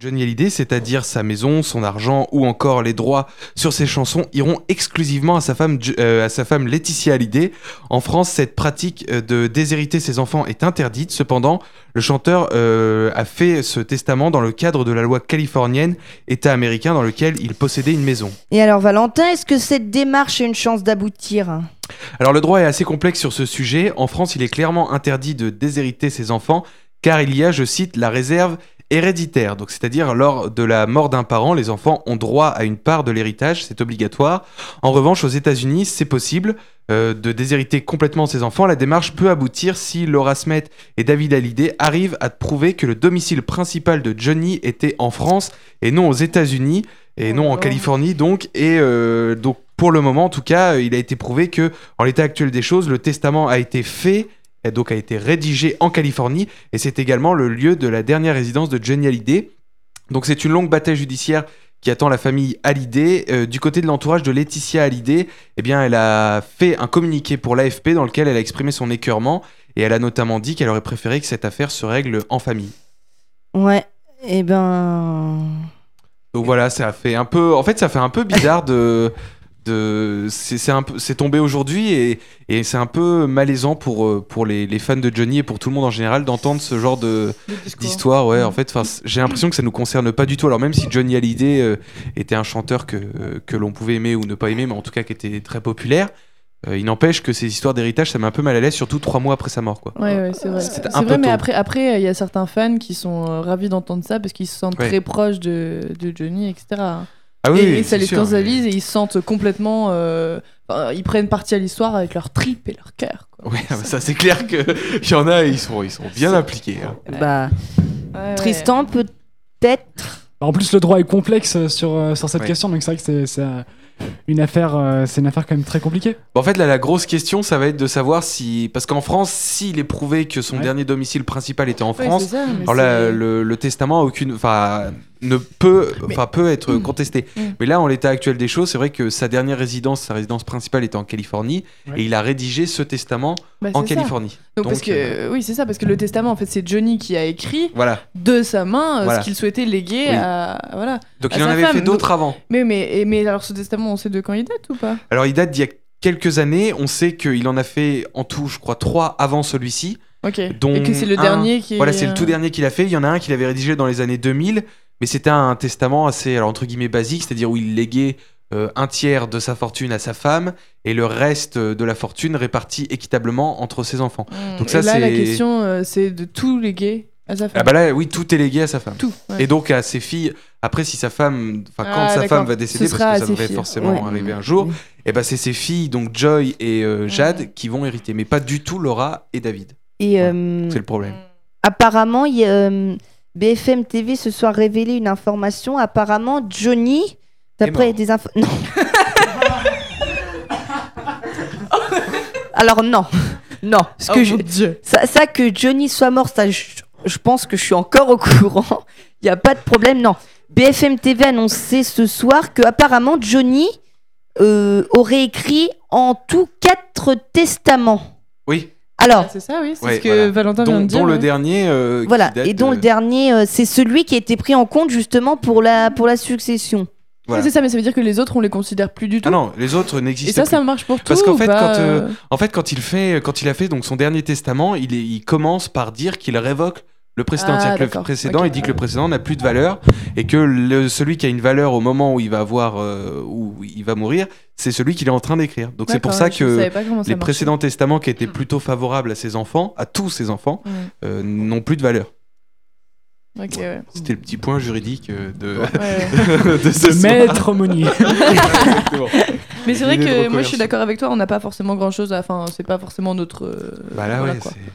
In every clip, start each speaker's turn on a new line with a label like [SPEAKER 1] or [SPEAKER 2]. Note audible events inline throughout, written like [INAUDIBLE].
[SPEAKER 1] Johnny Hallyday, c'est-à-dire sa maison, son argent ou encore les droits sur ses chansons, iront exclusivement à sa femme, Ju- euh, à sa femme Laetitia Hallyday. En France, cette pratique euh, de déshériter ses enfants est interdite. Cependant, le chanteur euh, a fait ce testament dans le cadre de la loi californienne, État américain dans lequel il possédait une maison.
[SPEAKER 2] Et alors, Valentin, est-ce que cette démarche a une chance d'aboutir
[SPEAKER 1] Alors le droit est assez complexe sur ce sujet. En France, il est clairement interdit de déshériter ses enfants car il y a, je cite, la réserve héréditaire. Donc c'est-à-dire lors de la mort d'un parent, les enfants ont droit à une part de l'héritage, c'est obligatoire. En revanche, aux États-Unis, c'est possible euh, de déshériter complètement ses enfants. La démarche peut aboutir si Laura Smet et David Hallyday arrivent à prouver que le domicile principal de Johnny était en France et non aux États-Unis et non en
[SPEAKER 2] Oh.
[SPEAKER 1] Californie donc et euh, donc pour le moment en tout cas euh, il a été prouvé que en l'état actuel des choses le testament a été fait et donc a été rédigé en Californie et c'est également le lieu de la dernière résidence de Johnny Hallyday donc c'est une longue bataille judiciaire qui attend la famille Hallyday Euh, du côté de l'entourage de Laetitia Hallyday eh bien elle a fait un communiqué pour l'AFP dans lequel elle a exprimé son écœurement et elle a notamment dit qu'elle aurait préféré que cette affaire se règle en famille
[SPEAKER 2] Ouais, eh ben.
[SPEAKER 1] Donc voilà, ça fait un peu. En fait, ça fait un peu bizarre de. de c'est c'est un peu- c'est tombé aujourd'hui et, et c'est un peu malaisant pour, euh, pour les, les fans de Johnny et pour tout le monde en général d'entendre ce genre de d'histoire. Ouais, en
[SPEAKER 3] Mm.
[SPEAKER 1] fait, 'fin, c- j'ai l'impression que ça nous concerne pas du tout. Alors, même si Johnny Hallyday euh, était un chanteur que, euh, que l'on pouvait aimer ou ne pas aimer, mais en tout cas qui était très populaire. euh, il n'empêche que ces histoires d'héritage, ça m'a un peu mal à l'aise, surtout trois mois après sa mort. Quoi.
[SPEAKER 3] Ouais, ouais, c'est vrai.
[SPEAKER 1] C'était
[SPEAKER 3] C'est
[SPEAKER 1] un peu
[SPEAKER 3] vrai, mais
[SPEAKER 1] tôt.
[SPEAKER 3] après, après, il y a certains fans qui sont euh, ravis d'entendre ça parce qu'ils se sentent
[SPEAKER 1] Ouais.
[SPEAKER 3] très proches de, de Johnny, etc.
[SPEAKER 1] Ah oui,
[SPEAKER 3] et, et
[SPEAKER 1] oui,
[SPEAKER 3] ça
[SPEAKER 1] c'est
[SPEAKER 3] les
[SPEAKER 1] sûr.
[SPEAKER 3] totalise et ils se sentent complètement. euh, enfin, ils prennent partie à l'histoire avec leur tripes et leur cœur. quoi.
[SPEAKER 1] Ouais, bah ça c'est clair qu'il [LAUGHS] y en a, ils sont, ils sont bien appliqués. hein.
[SPEAKER 2] Bah,
[SPEAKER 3] Ouais, ouais.
[SPEAKER 2] Tristan, peut-être.
[SPEAKER 4] En plus, le droit est complexe euh, sur, euh, sur cette
[SPEAKER 1] Ouais.
[SPEAKER 4] question, donc c'est vrai que c'est- c'est euh, une affaire, euh, c'est une affaire quand même très compliquée.
[SPEAKER 1] Bon, En fait, là, la grosse question, ça va être de savoir si. Parce qu'en France, s'il est prouvé que son
[SPEAKER 4] Ouais.
[SPEAKER 1] dernier domicile principal était en
[SPEAKER 3] Ouais,
[SPEAKER 1] France,
[SPEAKER 3] c'est ça, mais
[SPEAKER 1] alors là,
[SPEAKER 3] c'est-
[SPEAKER 1] le, le testament a aucune. Enfin, ne peut, enfin, peut être contesté.
[SPEAKER 3] Mm.
[SPEAKER 1] Mais là, en l'état actuel des choses, c'est vrai que sa dernière résidence, sa résidence principale était en Californie,
[SPEAKER 4] Ouais.
[SPEAKER 1] et il a rédigé ce testament
[SPEAKER 3] bah,
[SPEAKER 1] en
[SPEAKER 3] c'est ça.
[SPEAKER 1] Californie.
[SPEAKER 3] Donc, parce
[SPEAKER 1] Donc,
[SPEAKER 3] que,
[SPEAKER 1] euh,
[SPEAKER 3] oui, c'est ça, parce que le testament, en fait, c'est Johnny qui a écrit
[SPEAKER 1] Voilà.
[SPEAKER 3] de sa main euh,
[SPEAKER 1] Voilà.
[SPEAKER 3] ce qu'il souhaitait léguer
[SPEAKER 1] Oui.
[SPEAKER 3] à. Voilà.
[SPEAKER 1] Donc
[SPEAKER 3] À
[SPEAKER 1] il en
[SPEAKER 3] Ah, sa
[SPEAKER 1] avait
[SPEAKER 3] femme,
[SPEAKER 1] fait d'autres avant.
[SPEAKER 3] Mais, mais, et- mais alors, ce testament, on sait de quand il date ou pas
[SPEAKER 1] Alors, il date d'il y a quelques années. On sait qu'il en a fait en tout, je crois, trois avant celui-ci.
[SPEAKER 3] Ok.
[SPEAKER 1] Dont
[SPEAKER 3] et que c'est le
[SPEAKER 1] un-
[SPEAKER 3] dernier qui.
[SPEAKER 1] Voilà, c'est le tout
[SPEAKER 3] euh,
[SPEAKER 1] dernier qu'il a fait. Il y en a un qu'il avait rédigé dans les années 2000, mais c'était un testament assez, alors, entre guillemets, basique, c'est-à-dire où il léguait euh, un tiers de sa fortune à sa femme et le reste euh, de la fortune réparti équitablement entre ses enfants. Donc
[SPEAKER 3] Hmm. et
[SPEAKER 1] ça,
[SPEAKER 3] là, la
[SPEAKER 1] c'est-
[SPEAKER 3] question, euh, c'est de tous les gays à sa femme.
[SPEAKER 1] Ah bah là, oui, tout est légué à sa femme.
[SPEAKER 3] Tout. ouais.
[SPEAKER 1] Et donc à ses filles, après si sa femme, enfin quand
[SPEAKER 3] Ah,
[SPEAKER 1] sa
[SPEAKER 3] d'accord.
[SPEAKER 1] femme va décéder,
[SPEAKER 3] Ce
[SPEAKER 1] parce
[SPEAKER 3] sera
[SPEAKER 1] que
[SPEAKER 3] à
[SPEAKER 1] ça
[SPEAKER 3] ses
[SPEAKER 1] devrait
[SPEAKER 3] filles.
[SPEAKER 1] forcément
[SPEAKER 2] Ouais.
[SPEAKER 1] arriver un jour, et bah c'est ses filles, donc Joy et euh, Jade, qui vont hériter, mais pas du tout Laura et David.
[SPEAKER 2] Et
[SPEAKER 1] Ouais,
[SPEAKER 2] euh,
[SPEAKER 3] Mm.
[SPEAKER 1] C'est le problème.
[SPEAKER 2] apparemment, il y a, euh, BFM TV se soit révélé une information. Apparemment, Johnny, d'après
[SPEAKER 1] mort.
[SPEAKER 2] des infos. Non. Alors, non. Non. Ce que je- ça, ça que Johnny soit mort, ça, je, je pense que je suis encore au courant. [LAUGHS] Il n'y a pas de problème, non. BFM TV a annoncé ce soir que apparemment Johnny euh, aurait écrit en tout quatre testaments.
[SPEAKER 1] Oui,
[SPEAKER 2] Alors,
[SPEAKER 3] Ah, c'est ça, oui, c'est
[SPEAKER 1] Ouais,
[SPEAKER 3] ce que
[SPEAKER 1] voilà.
[SPEAKER 3] Valentin vient
[SPEAKER 1] dont,
[SPEAKER 3] de dire.
[SPEAKER 1] dont le
[SPEAKER 3] ouais.
[SPEAKER 1] dernier. euh, qui
[SPEAKER 2] Voilà,
[SPEAKER 1] date
[SPEAKER 2] et dont
[SPEAKER 1] de-
[SPEAKER 2] le dernier, euh, c'est celui qui a été pris en compte justement pour la, pour la succession.
[SPEAKER 1] voilà.
[SPEAKER 3] Oui, Ah, c'est ça, mais ça veut dire que les autres, on les considère plus du tout.
[SPEAKER 1] Ah non, les autres
[SPEAKER 3] et
[SPEAKER 1] n'existent
[SPEAKER 3] ça,
[SPEAKER 1] plus.
[SPEAKER 3] ça marche pour tout.
[SPEAKER 1] Parce qu'en
[SPEAKER 3] ou
[SPEAKER 1] fait,
[SPEAKER 3] pas,
[SPEAKER 1] quand, euh,
[SPEAKER 3] euh,
[SPEAKER 1] En fait, quand il fait, quand il a fait donc son dernier testament, il, est- il commence par dire qu'il révoque le précédent.
[SPEAKER 3] Ah,
[SPEAKER 1] C'est-à-dire que le
[SPEAKER 3] d'accord.
[SPEAKER 1] précédent,
[SPEAKER 3] Ok.
[SPEAKER 1] il dit que le précédent n'a plus de valeur et que le- celui qui a une valeur au moment où il va avoir, euh, où il va mourir, c'est celui qu'il est en train d'écrire. Donc c'est pour
[SPEAKER 3] d'accord,
[SPEAKER 1] ça
[SPEAKER 3] je savais
[SPEAKER 1] que
[SPEAKER 3] pas comment ça
[SPEAKER 1] les
[SPEAKER 3] marchait.
[SPEAKER 1] précédents testaments qui étaient plutôt favorables à ses enfants, à tous ses enfants,
[SPEAKER 3] Ouais.
[SPEAKER 1] euh, n'ont plus de valeur.
[SPEAKER 3] Hmm, Ok,
[SPEAKER 1] [LAUGHS]
[SPEAKER 3] ouais.
[SPEAKER 1] C'était le petit point juridique euh, de,
[SPEAKER 3] Ouais,
[SPEAKER 1] [LAUGHS]
[SPEAKER 3] ouais.
[SPEAKER 1] de ce
[SPEAKER 4] De
[SPEAKER 1] soir.
[SPEAKER 4] maître Monnier.
[SPEAKER 1] Exactement.
[SPEAKER 3] Mais c'est vrai
[SPEAKER 1] L'idée de
[SPEAKER 3] que moi, je
[SPEAKER 1] reconversion.
[SPEAKER 3] suis d'accord avec toi, on n'a pas forcément grand chose à. Enfin, c'est pas forcément notre. euh,
[SPEAKER 1] Bah là,
[SPEAKER 3] voilà,
[SPEAKER 1] ouais,
[SPEAKER 3] quoi.
[SPEAKER 1] c'est-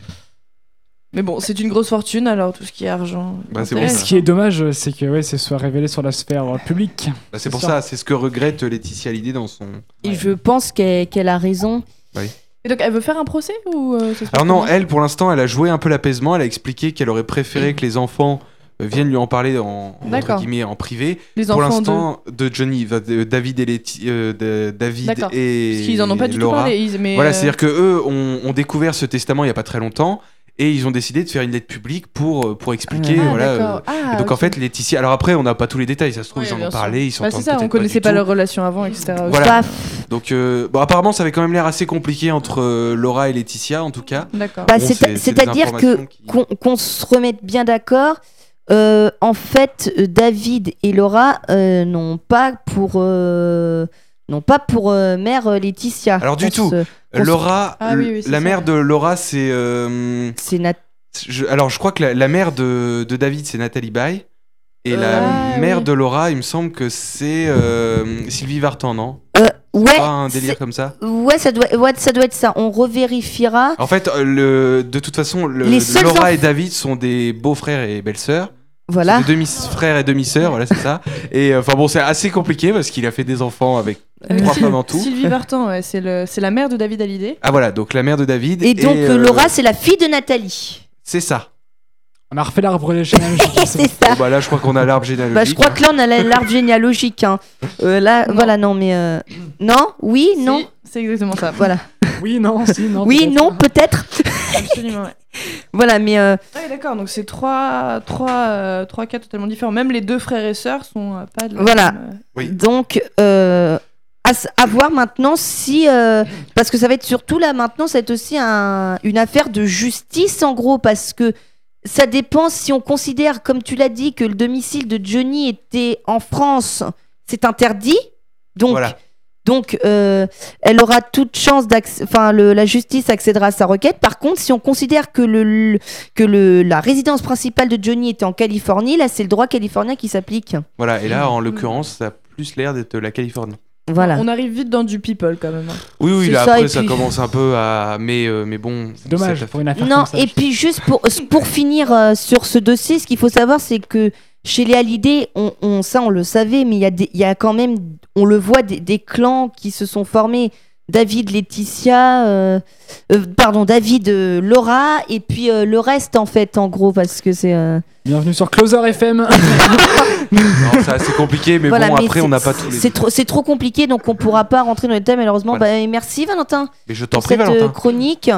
[SPEAKER 3] Mais bon, c'est une grosse fortune, alors tout ce qui est argent.
[SPEAKER 1] Bah, c'est
[SPEAKER 4] Et
[SPEAKER 1] bon,
[SPEAKER 3] intéresse.
[SPEAKER 4] ce qui est dommage, euh, c'est que ouais, ce soit révélé sur la sphère euh, publique.
[SPEAKER 1] Bah, c'est
[SPEAKER 4] C'est
[SPEAKER 1] pour
[SPEAKER 4] sûr.
[SPEAKER 1] ça, c'est ce que regrette Laetitia Hallyday dans son.
[SPEAKER 2] Et je pense qu'elle qu'elle a raison.
[SPEAKER 3] Et donc, elle veut faire un procès ou euh, ça se passe
[SPEAKER 1] Alors non,
[SPEAKER 3] comment
[SPEAKER 1] elle, pour l'instant, elle a joué un peu l'apaisement. Elle a expliqué qu'elle aurait préféré que les enfants euh, viennent lui en parler en, entre
[SPEAKER 3] D'accord.
[SPEAKER 1] guillemets, en privé.
[SPEAKER 3] les
[SPEAKER 1] Pour
[SPEAKER 3] enfants de-
[SPEAKER 1] l'instant, de... Johnny, va- de- David et Laeti- euh, de- David
[SPEAKER 3] D'accord.
[SPEAKER 1] et
[SPEAKER 3] Parce qu'ils en ont pas du
[SPEAKER 1] Laura.
[SPEAKER 3] tout parlé. ils- Mais
[SPEAKER 1] Voilà,
[SPEAKER 3] euh,
[SPEAKER 1] c'est-à-dire que eux ont, ont découvert ce testament il y a pas très longtemps. et ils ont décidé de faire une lettre publique pour, euh, pour expliquer.
[SPEAKER 3] Ah,
[SPEAKER 1] voilà,
[SPEAKER 3] d'accord.
[SPEAKER 1] euh,
[SPEAKER 3] Ah,
[SPEAKER 1] et donc en
[SPEAKER 3] ok.
[SPEAKER 1] fait, Laetitia. Alors après, on n'a pas tous les détails, ça se trouve,
[SPEAKER 3] Oui,
[SPEAKER 1] ils en
[SPEAKER 3] bien
[SPEAKER 1] ont
[SPEAKER 3] sûr.
[SPEAKER 1] parlé, ils sont
[SPEAKER 3] Bah, c'est ça, on connaissait pas, leur relation avant, etc. aussi.
[SPEAKER 1] Voilà.
[SPEAKER 2] Paf,
[SPEAKER 1] Donc euh, bon, apparemment, ça avait quand même l'air assez compliqué entre euh, Laura et Laetitia, en tout cas.
[SPEAKER 3] D'accord.
[SPEAKER 2] Bah,
[SPEAKER 1] Bon,
[SPEAKER 2] c'est-
[SPEAKER 1] c'est- c'est des
[SPEAKER 2] C'est-à-dire que
[SPEAKER 1] informations qui-
[SPEAKER 2] qu'on qu'on se remette bien d'accord. euh, en fait, euh, David et Laura euh, n'ont pas pour euh, n'ont pas pour euh, mère euh, Laetitia.
[SPEAKER 1] Alors, du
[SPEAKER 2] On
[SPEAKER 1] tout.
[SPEAKER 2] se- On se-
[SPEAKER 1] Laura,
[SPEAKER 3] Ah oui, oui, c'est
[SPEAKER 1] la
[SPEAKER 3] ça.
[SPEAKER 1] mère de Laura, c'est. euh,
[SPEAKER 2] C'est Nat-
[SPEAKER 1] je- alors, je crois que la, la mère de, de David, c'est Nathalie Baye. Et la
[SPEAKER 3] Ah,
[SPEAKER 1] mère
[SPEAKER 3] oui.
[SPEAKER 1] de Laura, il me semble que c'est euh, Sylvie Vartan, non
[SPEAKER 2] euh, ouais.
[SPEAKER 1] Pas un
[SPEAKER 2] c'est-
[SPEAKER 1] délire comme ça
[SPEAKER 2] Ouais, ça doit, ouais, ça doit être ça. On revérifiera.
[SPEAKER 1] En fait, euh, le, de toute façon, le-
[SPEAKER 2] Les seuls
[SPEAKER 1] Laura
[SPEAKER 2] enf-
[SPEAKER 1] et David sont des beaux-frères et belles-sœurs.
[SPEAKER 2] Voilà.
[SPEAKER 1] C'est des demi-frères et demi-sœurs, voilà, c'est ça. Et euh, enfin bon, c'est assez compliqué parce qu'il a fait des enfants avec trois
[SPEAKER 3] Syl-
[SPEAKER 1] femmes en tout.
[SPEAKER 3] Euh, Sylvie Vartan, ouais, c'est le- c'est la mère de David Hallyday.
[SPEAKER 1] Ah voilà, donc la mère de David.
[SPEAKER 2] Et donc
[SPEAKER 1] euh,
[SPEAKER 2] Laura, c'est la fille de
[SPEAKER 1] [LAUGHS]
[SPEAKER 2] Nathalie.
[SPEAKER 1] C'est ça.
[SPEAKER 4] On a refait l'arbre généalogique.
[SPEAKER 2] C'est
[SPEAKER 4] c'est-
[SPEAKER 2] ça.
[SPEAKER 1] Bon, bah là, je crois qu'on a l'arbre généalogique.
[SPEAKER 2] Bah, je crois que là, on
[SPEAKER 1] [LAUGHS]
[SPEAKER 2] a la- l'arbre généalogique. hein. Euh, là,
[SPEAKER 3] Non.
[SPEAKER 2] voilà, non, mais euh, non, oui, non,
[SPEAKER 3] Si, C'est exactement ça.
[SPEAKER 2] voilà.
[SPEAKER 4] Oui, non, si, non.
[SPEAKER 2] Oui,
[SPEAKER 4] peut-être.
[SPEAKER 2] non, peut-être. [LAUGHS]
[SPEAKER 3] Absolument, ouais.
[SPEAKER 2] Voilà, mais euh,
[SPEAKER 3] Ah oui, d'accord, donc c'est trois, trois, euh, trois cas totalement différents. Même les deux frères et sœurs sont euh, pas de la
[SPEAKER 2] Voilà.
[SPEAKER 3] même, euh,
[SPEAKER 1] Oui.
[SPEAKER 2] donc euh, à, s- à voir maintenant si euh, parce que ça va être surtout là maintenant, ça va être aussi un- une affaire de justice en gros parce que ça dépend si on considère, comme tu l'as dit, que le domicile de Johnny était en France, c'est interdit. Donc,
[SPEAKER 1] Voilà.
[SPEAKER 2] donc euh, elle aura toute chance d'acc- enfin le- la justice accédera à sa requête. Par contre, si on considère que le, le- que le la résidence principale de Johnny était en Californie, là c'est le droit californien qui s'applique.
[SPEAKER 1] Voilà, et
[SPEAKER 2] Mm.
[SPEAKER 1] là, en l'occurrence, ça a plus l'air d'être la Californie.
[SPEAKER 2] Voilà.
[SPEAKER 3] On arrive vite dans du people quand même. hein.
[SPEAKER 1] Oui, oui,
[SPEAKER 2] C'est
[SPEAKER 1] là,
[SPEAKER 2] ça,
[SPEAKER 1] après,
[SPEAKER 2] et
[SPEAKER 1] ça
[SPEAKER 2] puis-
[SPEAKER 1] commence un peu à. Mais, euh, mais bon.
[SPEAKER 4] C'est dommage
[SPEAKER 1] cette
[SPEAKER 4] pour une affaire
[SPEAKER 2] Non,
[SPEAKER 4] comme ça.
[SPEAKER 2] et puis juste pour, pour finir euh, sur ce dossier, ce qu'il faut savoir, c'est que chez les Hallyday, on, on- ça on le savait, mais il y, a des- il y a quand même, on le voit, des, des clans qui se sont formés. David, Laetitia, euh, euh, pardon, David, euh, Laura, et puis euh, le reste en fait, en gros, parce que c'est. euh,
[SPEAKER 4] Bienvenue sur Closer FM.
[SPEAKER 1] [LAUGHS] Non, ça, c'est compliqué, mais
[SPEAKER 2] voilà,
[SPEAKER 1] bon,
[SPEAKER 2] mais
[SPEAKER 1] après, on
[SPEAKER 2] c'est-
[SPEAKER 1] n'a pas tous les.
[SPEAKER 2] C'est trop, c'est trop compliqué, donc on pourra pas rentrer dans les thèmes, malheureusement.
[SPEAKER 1] Voilà.
[SPEAKER 2] Bah, et merci Valentin
[SPEAKER 1] Mais je t'en
[SPEAKER 2] pour
[SPEAKER 1] prie,
[SPEAKER 2] cette euh,
[SPEAKER 1] Valentin.
[SPEAKER 2] chronique.